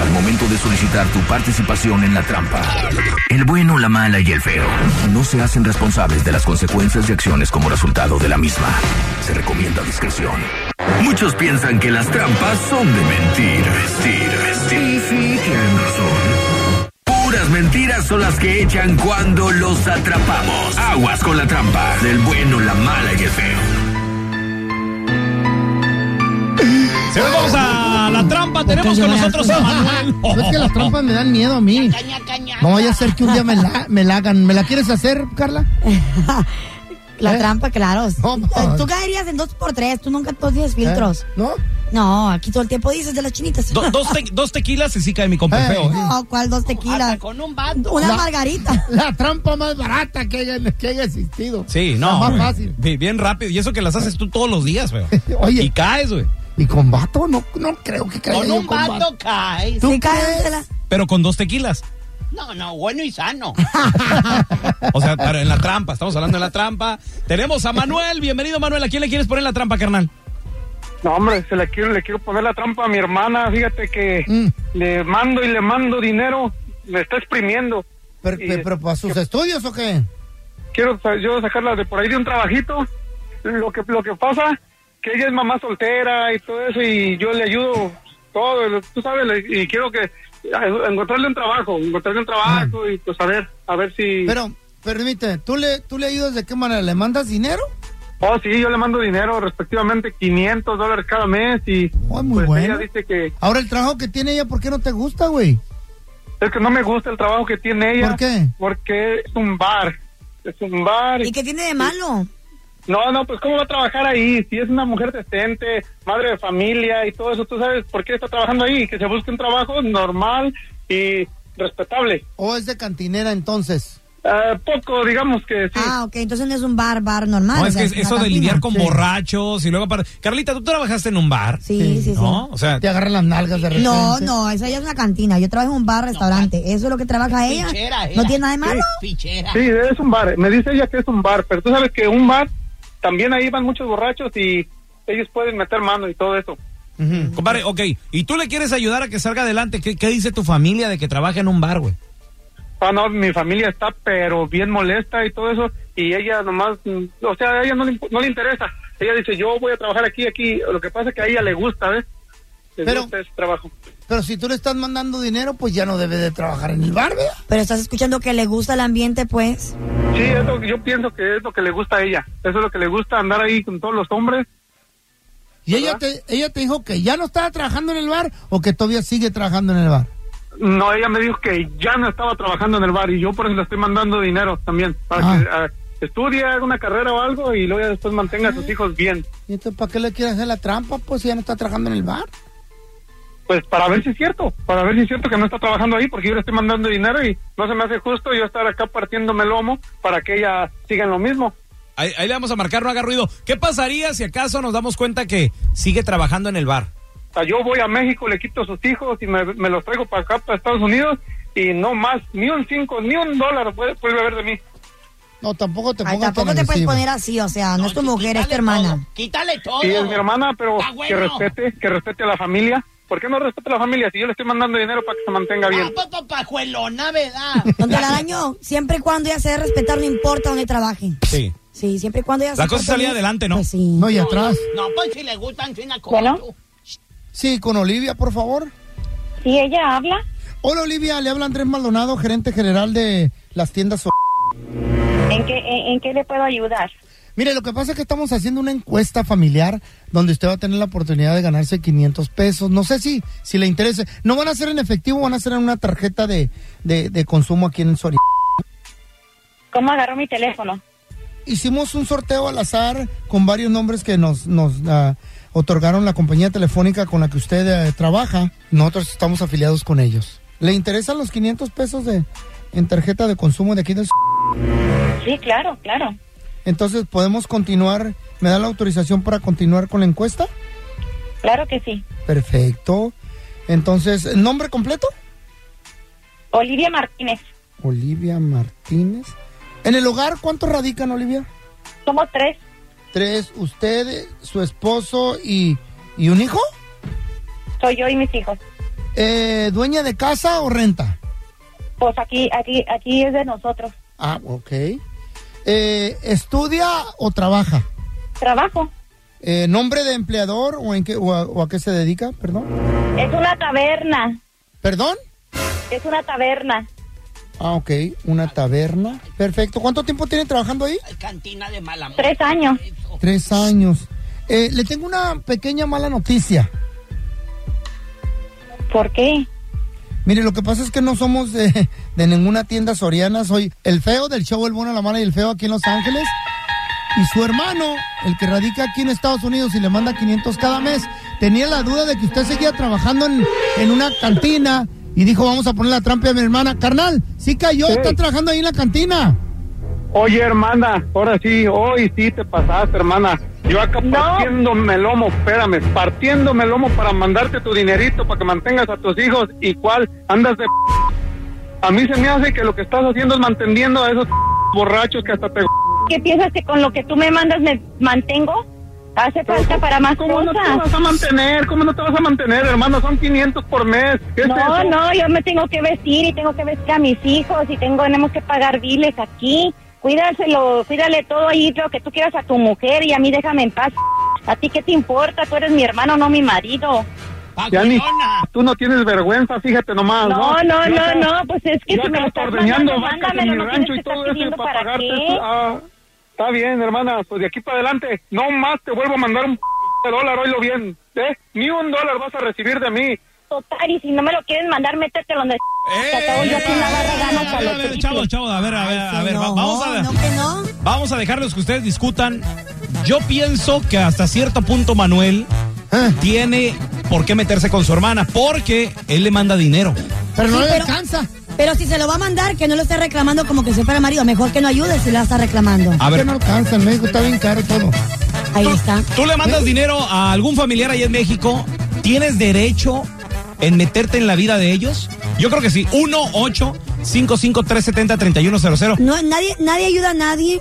Al momento de solicitar tu participación en la trampa, el bueno, la mala y el feo no se hacen responsables de las consecuencias y acciones como resultado de la misma. Se recomienda discreción. Muchos piensan que las trampas son de mentir, vestir, vestir. Y sí, tienen razón. Puras mentiras son las que echan cuando los atrapamos. Aguas con la trampa del bueno, la mala y el feo. Señores, vamos a la trampa. Tenemos yo con me nosotros a asusto. Manuel. No, es que las trampas me dan miedo a mí. No vaya a ser que un día me la, me la hagan. ¿Me la quieres hacer, Carla? La ¿Eh? trampa, claro. No, no. Tú caerías en dos por tres, tú nunca tú tienes filtros. ¿Eh? ¿No? No, aquí todo el tiempo dices de las chinitas. Do- dos, te- dos tequilas y sí cae mi compa Eh, feo. No, ¿cuál dos tequilas? con un bando. Una La- margarita. La trampa más barata que haya, que haya existido. Sí, La no. más güey. fácil. Bi- Bien rápido. Y eso que las haces tú todos los días, feo. Oye. Y caes, güey. Y con vato, no, no creo que caiga Con yo un con vato. bando caes. ¿Tú Sí, crees? cállensela. Pero con dos tequilas. No, no, bueno y sano. O sea, pero en la trampa. Estamos hablando de la trampa. Tenemos a Manuel. Bienvenido, Manuel. ¿A quién le quieres poner la trampa, carnal? No, hombre, se le quiero, le quiero poner la trampa a mi hermana. Fíjate que Mm. le mando y le mando dinero, me está exprimiendo. Pero, Y pero- pero para sus estudios o qué? Quiero sa- yo sacarla de por ahí de un trabajito. Lo que, lo que pasa, que ella es mamá soltera y todo eso, y yo le ayudo todo, lo- tú sabes, le- y quiero que a- encontrarle un trabajo, encontrarle un trabajo y pues a ver, a ver si... Mm. Pero, permíteme, ¿tú le, ¿tú le ayudas de qué manera? ¿Le mandas dinero? Oh, sí, yo le mando dinero, respectivamente 500 dólares cada mes y Oh, muy pues bueno. ella dice que Ahora el trabajo que tiene ella, ¿por qué no te gusta, güey? Es que no me gusta el trabajo que tiene ella. ¿Por qué? Porque es un bar. Es un bar. ¿Y qué tiene de malo? No, no, pues ¿cómo va a trabajar ahí? Si es una mujer decente, madre de familia y todo eso, ¿tú sabes por qué está trabajando ahí? Que se busque un trabajo normal y respetable. ¿O es de cantinera entonces? Ah, poco, digamos que sí. Ah, ok, entonces no es un bar, bar normal. No, o es sea, que es- una eso de cantina. lidiar con Ah, Sí. borrachos y luego para. Carlita, tú trabajaste en un bar. Sí, sí, sí. ¿No? O sea, Te agarran las nalgas de repente. No, no, esa ya es una cantina. Yo trabajo en un bar, restaurante. Eso es lo que trabaja ella. Fichera, era. ¿No tiene nada de malo? Fichera. Sí, es un bar. Me dice ella que es un bar, pero tú sabes que un bar, también ahí van muchos borrachos y ellos pueden meter mano y todo eso. Ujú. Mm. compadre, ok. ¿Y tú le quieres ayudar a que salga adelante? ¿Qué, qué dice tu familia de que trabaje en un bar, güey? Ah, no, mi familia está pero bien molesta y todo eso, y ella nomás, mm, o sea, a ella no le, imp- no le interesa. Ella dice, yo voy a trabajar aquí, aquí. Lo que pasa es que a ella le gusta, ¿ves? Le Pero- gusta ese trabajo. Pero si tú le estás mandando dinero, pues ya no debe de trabajar en el bar, ¿verdad? Pero estás escuchando que le gusta el ambiente, pues. Sí, es lo que yo pienso que es lo que le gusta a ella. Eso es lo que le gusta, andar ahí con todos los hombres. Y ella te, ella te dijo que ya no estaba trabajando en el bar o que todavía sigue trabajando en el bar. No, ella me dijo que ya no estaba trabajando en el bar, y yo por eso le estoy mandando dinero también, para Ah. que ah, estudie, haga una carrera o algo, y luego ya después mantenga a Ah. sus hijos bien. ¿Y entonces para qué le quieres hacer la trampa, pues si ya no está trabajando en el bar? Pues para ver si es cierto, para ver si es cierto que no está trabajando ahí, porque yo le estoy mandando dinero y no se me hace justo yo estar acá partiéndome el lomo para que ella siga en lo mismo. Ahí, ahí le vamos a marcar, no haga ruido. ¿Qué pasaría si acaso nos damos cuenta que sigue trabajando en el bar? O sea, yo voy a México, le quito sus hijos y me, me los traigo para acá, para Estados Unidos, y no más, ni un cinco, ni un dólar puede, puede haber de mí. No, tampoco te Ay, pongas tampoco te puedes agresivo. poner así, o sea, no, es tu sí, mujer, es tu quítale hermana. todo, Quítale todo. Y es mi hermana, pero Oh, Está que bueno. respete, que respete a la familia. ¿Por qué no respete a la familia si yo le estoy mandando dinero para que se mantenga bien? Ah, pues, papajuelona, ¿verdad? Don Telaraño, siempre y cuando ella se dé respetar, no importa donde trabaje. Sí. Sí, siempre y cuando ella La se cosa es salir porte bien. adelante, ¿no? Pues sí. No, y atrás. No, pues si le gustan, si una cosa. Bueno. tú. Sí, con Olivia, por favor. Sí, ella habla. Hola Olivia, le habla Andrés Maldonado, gerente general de las tiendas. O- ¿En qué, en, en qué le puedo ayudar? Mire, lo que pasa es que estamos haciendo una encuesta familiar donde usted va a tener la oportunidad de ganarse 500 pesos. No sé si, si le interese. No van a ser en efectivo, van a ser en una tarjeta de, de, de consumo aquí en Soria. ¿Cómo agarró mi teléfono? hicimos un sorteo al azar con varios nombres que nos, nos ah, otorgaron la compañía telefónica con la que usted eh, trabaja. Nosotros estamos afiliados con ellos. ¿Le interesan los 500 pesos de, en tarjeta de consumo de aquí del... Sí, claro, claro. Entonces, ¿podemos continuar? ¿Me da la autorización para continuar con la encuesta? Claro que sí. Perfecto. Entonces, ¿nombre completo? Olivia Martínez. Olivia Martínez. ¿En el hogar cuántos radican, Olivia? Somos tres. Tres, usted, su esposo y, y un hijo. Soy yo y mis hijos. Eh, ¿Dueña de casa o renta? Pues aquí, aquí, aquí es de nosotros. Ah, ok. Eh, ¿Estudia o trabaja? Trabajo. Eh, ¿Nombre de empleador o, en qué, o a, o a qué se dedica? Perdón. Es una taberna. ¿Perdón? Es una taberna. Ah, ok. Una taberna. Perfecto. ¿Cuánto tiempo tiene trabajando ahí? Ay, cantina de mala muerte. Tres años. Tres años. Eh, le tengo una pequeña mala noticia. ¿Por qué? Mire, lo que pasa es que no somos de, de ninguna tienda soriana. Soy el feo del show El Bueno, la Mala y el Feo aquí en Los Ángeles. Y su hermano, el que radica aquí en Estados Unidos y le manda 500 cada mes, tenía la duda de que usted seguía trabajando en, en una cantina y dijo, vamos a poner la trampa a mi hermana. Carnal, sí cayó, Sí. está trabajando ahí en la cantina. Oye, hermana, ahora sí, hoy sí te pasaste, hermana. Yo acá partiéndome el lomo, espérame, partiéndome el lomo para mandarte tu dinerito para que mantengas a tus hijos. ¿Y cuál? Andas de. A mí se me hace que lo que estás haciendo es manteniendo a esos borrachos que hasta te. ¿Qué piensas que con lo que tú me mandas me mantengo? Hace falta para más ¿Cómo no te vas cosas. a mantener? ¿Cómo no te vas a mantener, hermana? Son 500 por mes. ¿Qué es No, eso? no, yo me tengo que vestir y tengo que vestir a mis hijos y tengo, tenemos que pagar biles aquí. Cuídaselo, cuídale todo ahí, lo que tú quieras a tu mujer y a mí déjame en paz. ¿A ti qué te importa? Tú eres mi hermano, no mi marido. Ya ni- Paguilona. tú no tienes vergüenza, fíjate nomás. No, no, Yo no, acá- no, pues es que yo si me acá lo estás ordeñando mandando, vacas en mi mándamelo, no rancho tienes que y estar todo eso pidiendo para para pagarte. qué. Ah, está bien, hermana, pues de aquí para adelante, no más te vuelvo a mandar un p- dólar, oílo bien, ¿eh? Ni un dólar vas a recibir de mí. Eh, Total, y si no me lo quieres mandar, métetelo donde... Te acabo yo aquí en la barra a ganas ver, Eh, a para ver, los chavos, chavos, a ver, a ver, a ver, va- No, vamos a No, que no. Vamos a dejarlos que ustedes discutan. Yo pienso que hasta cierto punto Manuel Ah, tiene por qué meterse con su hermana, porque él le manda dinero. pero no Sí, le pero- alcanza. Pero si se lo va a mandar, que no lo esté reclamando como que si fuera marido. Mejor que no ayude si la está reclamando. A Que ver, no alcanza, en México está bien caro todo. Ahí está. tú le mandas dinero a algún familiar ahí en México, ¿tienes derecho en meterte en la vida de ellos? Yo creo que sí. 1 8 55 3100 No, nadie, nadie ayuda a nadie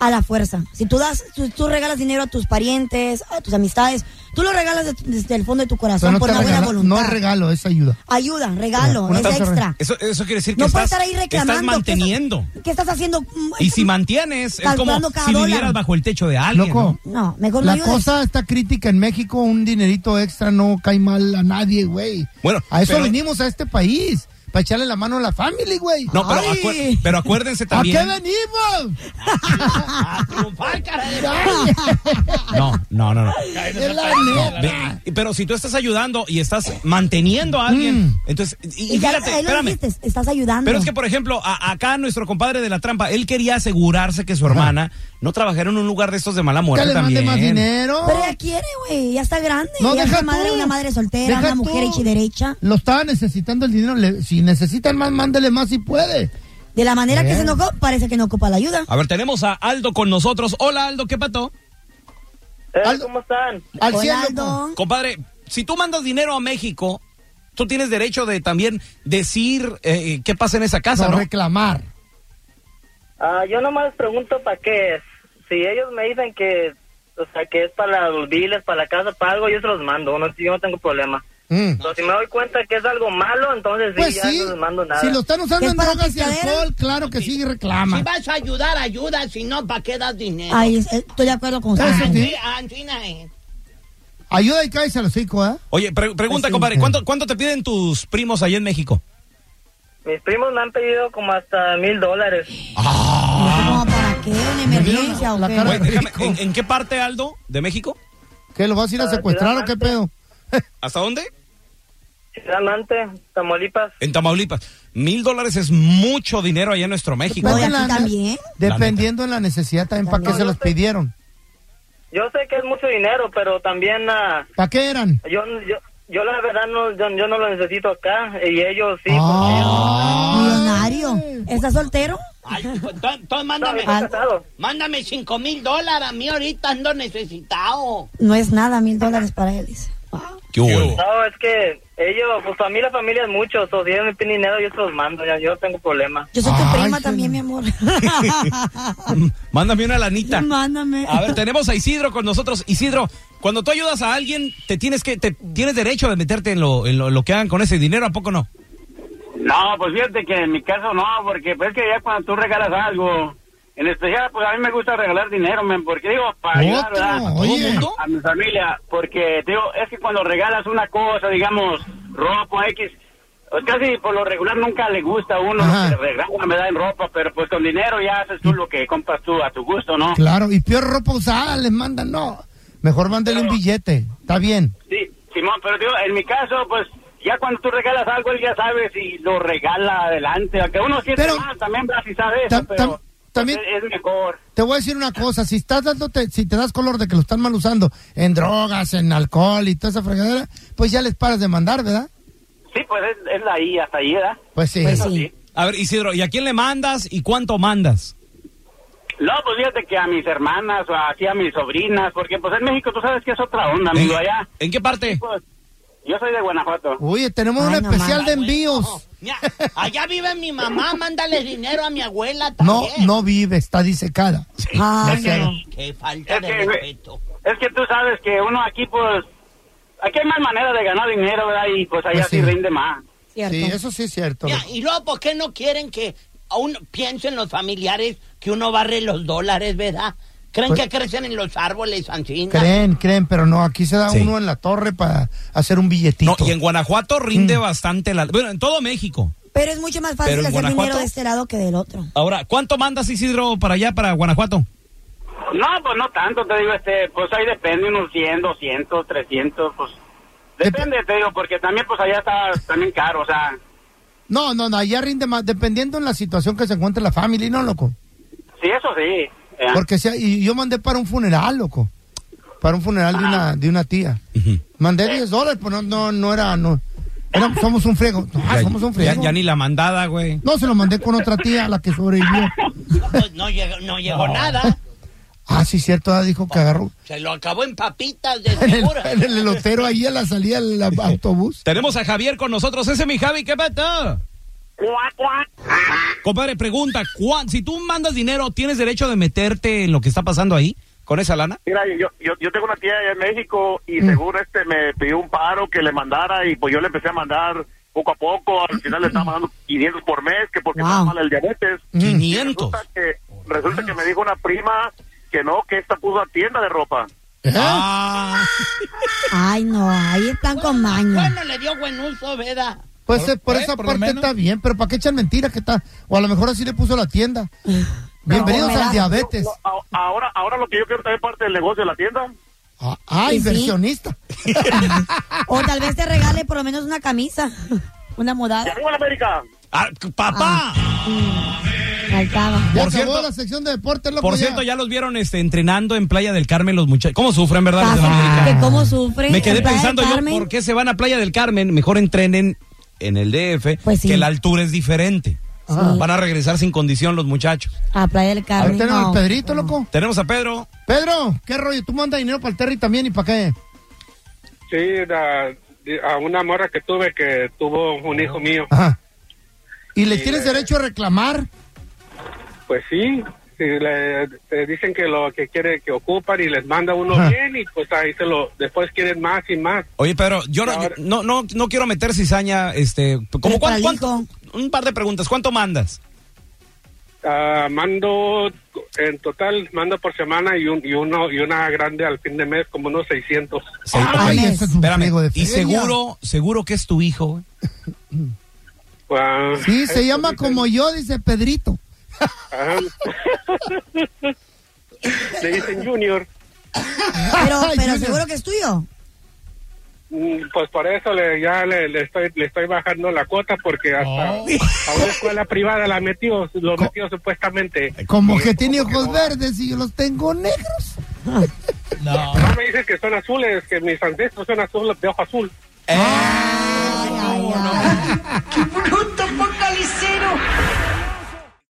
a la fuerza. Si tú das, tú, tú regalas dinero a tus parientes, a tus amistades, tú lo regalas de- desde el fondo de tu Pero corazón no, por te una buena regala- voluntad. no es regalo, es ayuda. Ayuda, regalo, Una es taza de- extra. Eso, eso quiere decir que No puedes estás, estar ahí reclamando. estás ¿qué manteniendo. estás- ¿Qué estás, haciendo? Y si mantienes, es como Calculando cada si dólar. vivieras bajo el techo de alguien. Loco, ¿no? No, mejor no La ayudes. cosa está crítica en México, un dinerito extra no cae mal a nadie, güey. Bueno, a eso pero- venimos a este país, para echarle la mano a la familia, güey. No, pero, Ay. acuer- pero acuérdense ¿A también. Ah, qué venimos? A triunfar, cara de- Ay, No, no, no, no. es la neta. Ve- pero si tú estás ayudando y estás manteniendo a alguien, Mm. entonces, y, y Y ya, fíjate, ahí lo espérame. dijiste, estás ayudando. Pero es que, por ejemplo, a- acá nuestro compadre de la trampa, él quería asegurarse que su hermana no trabajara en un lugar de estos de mala Que muerte le mande también. más dinero. Pero ella quiere, güey, ya está grande. No, ya es deja una madre, tú. una madre soltera, Deja una mujer tú. hecha y derecha. Lo estaba necesitando el dinero. le- si necesitan más, mándele más si puede. De la manera que Bien. se enojó, parece que no ocupa la ayuda. A ver, tenemos a Aldo con nosotros. Hola, Aldo, ¿qué pato? Al- Eh, ¿Cómo están? Al Hola, cielo. Aldo. Compadre, si tú mandas dinero a México, tú tienes derecho de también decir eh, qué pasa en esa casa, No, ¿no? reclamar. Ah, yo nomás pregunto para qué es. Si ellos me dicen que, o sea, que es para los biles, para la casa, para algo, yo se los mando. No, yo no tengo problema. Mm. Pero si me doy cuenta que es algo malo, entonces sí, Pues ya sí. no les mando nada. Si lo están usando ¿Es en para drogas y picadera? alcohol, claro que sí, Si reclama. vas a ayudar, ayuda. Si no, ¿para qué das dinero? Ah, Ay, es- eh, estoy de acuerdo con usted. Eso Aldo. sí. Antina, eh. Ayuda y cállese a los cinco, ¿eh? Oye, pre- pregunta, Pues sí, compadre, sí. ¿cuánto, ¿cuánto te piden tus primos allá en México? Mis primos me han pedido como hasta mil dólares. No, ¿para qué? ¿Una emergencia o la qué? cara- Güey, déjame, Rico. ¿en, en qué parte, Aldo, de México? ¿Qué, lo vas a ir a Ah, secuestrar o Ciudad qué pedo? ¿Hasta dónde? Realmente, Tamaulipas. En Tamaulipas. Mil dólares es mucho dinero allá en nuestro México. ¿eh? Depende No, y en aquí también. Dependiendo en la necesidad también, ¿para qué También. se los pidieron? Yo sé que es mucho dinero, pero también ah, ¿Para qué eran? yo, yo, yo la verdad no, yo, yo no lo necesito acá y ellos sí. Ah. Millonario. ¿Estás soltero? Ay, pues, entonces entonces porque- No, mándame, yo estoy casado. mándame cinco mil dólares. A mí ahorita ando necesitado. No es nada, mil dólares para él, dice. ¿Qué hubo? No, es que ellos, pues para mí la familia es mucho. So, si ellos me piden dinero, yo se los mando. ya, yo no tengo problema. Yo soy tu Ay, prima sí. también, mi amor. Mándame una lanita. Mándame. A ver, tenemos a Isidro con nosotros. Isidro, cuando tú ayudas a alguien, te tienes que, te tienes derecho de meterte en lo, en lo, lo que hagan con ese dinero, ¿a poco no? No, pues fíjate que en mi caso no, porque pues es que ya cuando tú regalas algo, en especial pues a mí me gusta regalar dinero, men, porque digo, para ayudar Otro, ¿verdad? oye. mundo? a mi familia, porque te digo, es que cuando regalas una cosa, digamos, ropa X, pues casi por lo regular nunca le gusta a uno Ajá. lo que regala, me da en ropa, pero pues con dinero ya haces tú lo que compras tú a tu gusto, ¿no? Claro, y peor ropa usada les mandan, no. Mejor mándale un billete, está bien. Sí, Simón, pero digo, en mi caso, pues ya cuando tú regalas algo, él ya sabe si lo regala adelante, aunque uno siente Pero- mal, también Brasil sabe Tam- eso, pero pues, tam- también- es, es mejor. Te voy a decir una cosa, si estás dándote, si te das color de que lo están mal usando en drogas, en alcohol y toda esa fregadera, pues ya les paras de mandar, ¿verdad? Sí, pues es, es la I hasta ahí, ¿verdad? Pues sí. Pues sí. A ver, Isidro, ¿y a quién le mandas y cuánto mandas? No, pues fíjate que a mis hermanas, o así a mis sobrinas, porque pues en México tú sabes que es otra onda, amigo, ¿En- allá. ¿En qué parte? Pues, yo soy de Guanajuato. Oye, tenemos Ay, un no especial mames, de Bueno, envíos. mira, allá vive mi mamá. Mándale dinero a mi abuela No, también. no vive, está disecada. Ah, Es que- no. Qué falta Es de que, respeto. es que tú sabes que uno aquí, pues, aquí hay más manera de ganar dinero, ¿verdad? Y pues allá Pues sí. sí rinde más. Cierto. Sí, eso sí es cierto. Mira, y luego, ¿por qué no quieren que aún piensen los familiares que uno barre los dólares, verdad? ¿Creen Pues- que crecen en los árboles, Ancina? Creen, creen, pero no, aquí se da Sí. uno en la torre para hacer un No, billetito. y en Guanajuato rinde bastante la. Bueno, en todo México. Pero es mucho más Pero fácil en hacer dinero Guanajuato- de este lado que del otro. Ahora, ¿cuánto mandas, Isidro, para allá, para Guanajuato? No, pues no tanto, te digo, este, pues ahí depende, unos 100, 200, 300, pues. Depende, te digo, porque también, pues allá está también caro, o sea. No, no, no, allá rinde más, dependiendo en la situación que se encuentre la familia, ¿no, loco? Sí, eso sí. eh. Porque sea, y yo mandé para un funeral, loco. Para un funeral de una, de una tía. Mandé 10 dólares, pues no, no, no era, no. Era- somos un friego. No, Ya- somos un ya, friego. ya ni la mandada, güey. No, se lo mandé con otra tía, la que sobrevivió. No, pues no llegó, no llegó nada. Ah, sí, cierto, ah, dijo que agarró Se lo acabó en papitas de en el, seguro. en el elotero ahí a la salida del autobús. Tenemos a Javier con nosotros. Ese es mi Javi, ¿qué pasa? Compadre, pregunta, ¿cuán- si tú mandas dinero, ¿tienes derecho de meterte en lo que está pasando ahí con esa lana? Mira, yo, yo, yo tengo una tía allá en México y seguro este me pidió un paro que le mandara y pues yo le empecé a mandar poco a poco. Al final le estaba mandando 500 por mes, que porque Wow. estaba mal el diabetes. Y 500. Resulta que, resulta que me dijo una prima que no, que esta puso a tienda de ropa. ¿Eh? Ah, Ay, no, ahí están con maña. Bueno, le dio buen uso, ¿verdad? Pues eh, por eh, esa por lo parte menos. está bien, pero ¿para qué echan mentiras que está? O a lo mejor así le puso la tienda. Bienvenidos No, me al da- diabetes. No, a- ahora, ahora lo que yo quiero también parte del negocio de la tienda. Ah, ah, Sí, sí. inversionista. O tal vez te regale por lo menos una camisa, una ¡Que mudada. arriba la América! ah, papá. Faltaba. Ya Por acabó cierto- la sección de deportes, loco. Por cierto, ya los vieron este, entrenando en Playa del Carmen los muchachos. ¿Cómo sufren, verdad? los de la Pasa América? que cómo sufre. Me quedé Playa del pensando yo, Carmen. ¿por qué se van a Playa del Carmen? Mejor entrenen en el DF, Pues sí. que la altura es diferente. Van a regresar sin condición los muchachos. A Playa del Ahí Carmen. tenemos no. al Pedrito, loco. Tenemos a Pedro. Pedro, ¿qué rollo? ¿Tú mandas dinero para el Terry también y para qué? Sí, la- a una morra que tuve que tuvo un hijo mío. Ajá. ¿Y les Sí, tienes eh. derecho a reclamar? Pues sí, sí, le, te dicen que lo que quiere que ocupan y les manda uno Ajá. bien y pues ahí se lo, después quieren más y más. Oye, Pedro, yo no, Ahora- no, no, no quiero meter cizaña, este, como Pero para cuánto, el cuánto- un par de preguntas, ¿cuánto mandas? Ah, mando, en total, mando por semana y, un, y, uno, y una grande al fin de mes, como unos 600. Se- Ay, ese es un Espérame, friego de y feria. seguro, seguro que es tu hijo. Ah, Sí, se eso llama dicen. como yo, dice Pedrito. Ajá. Le dicen Junior. Pero, Ay, pero Junior. seguro que es tuyo. Mm, Pues por eso le, ya le, le estoy le estoy bajando la cuota porque hasta a una escuela privada la metió, lo metió supuestamente. Como Y que es tiene como que ojos no va. verdes y yo los tengo negros. No. me dicen que son azules, que mis ancestros son azules, de ojo azul. Ay, ay, ay.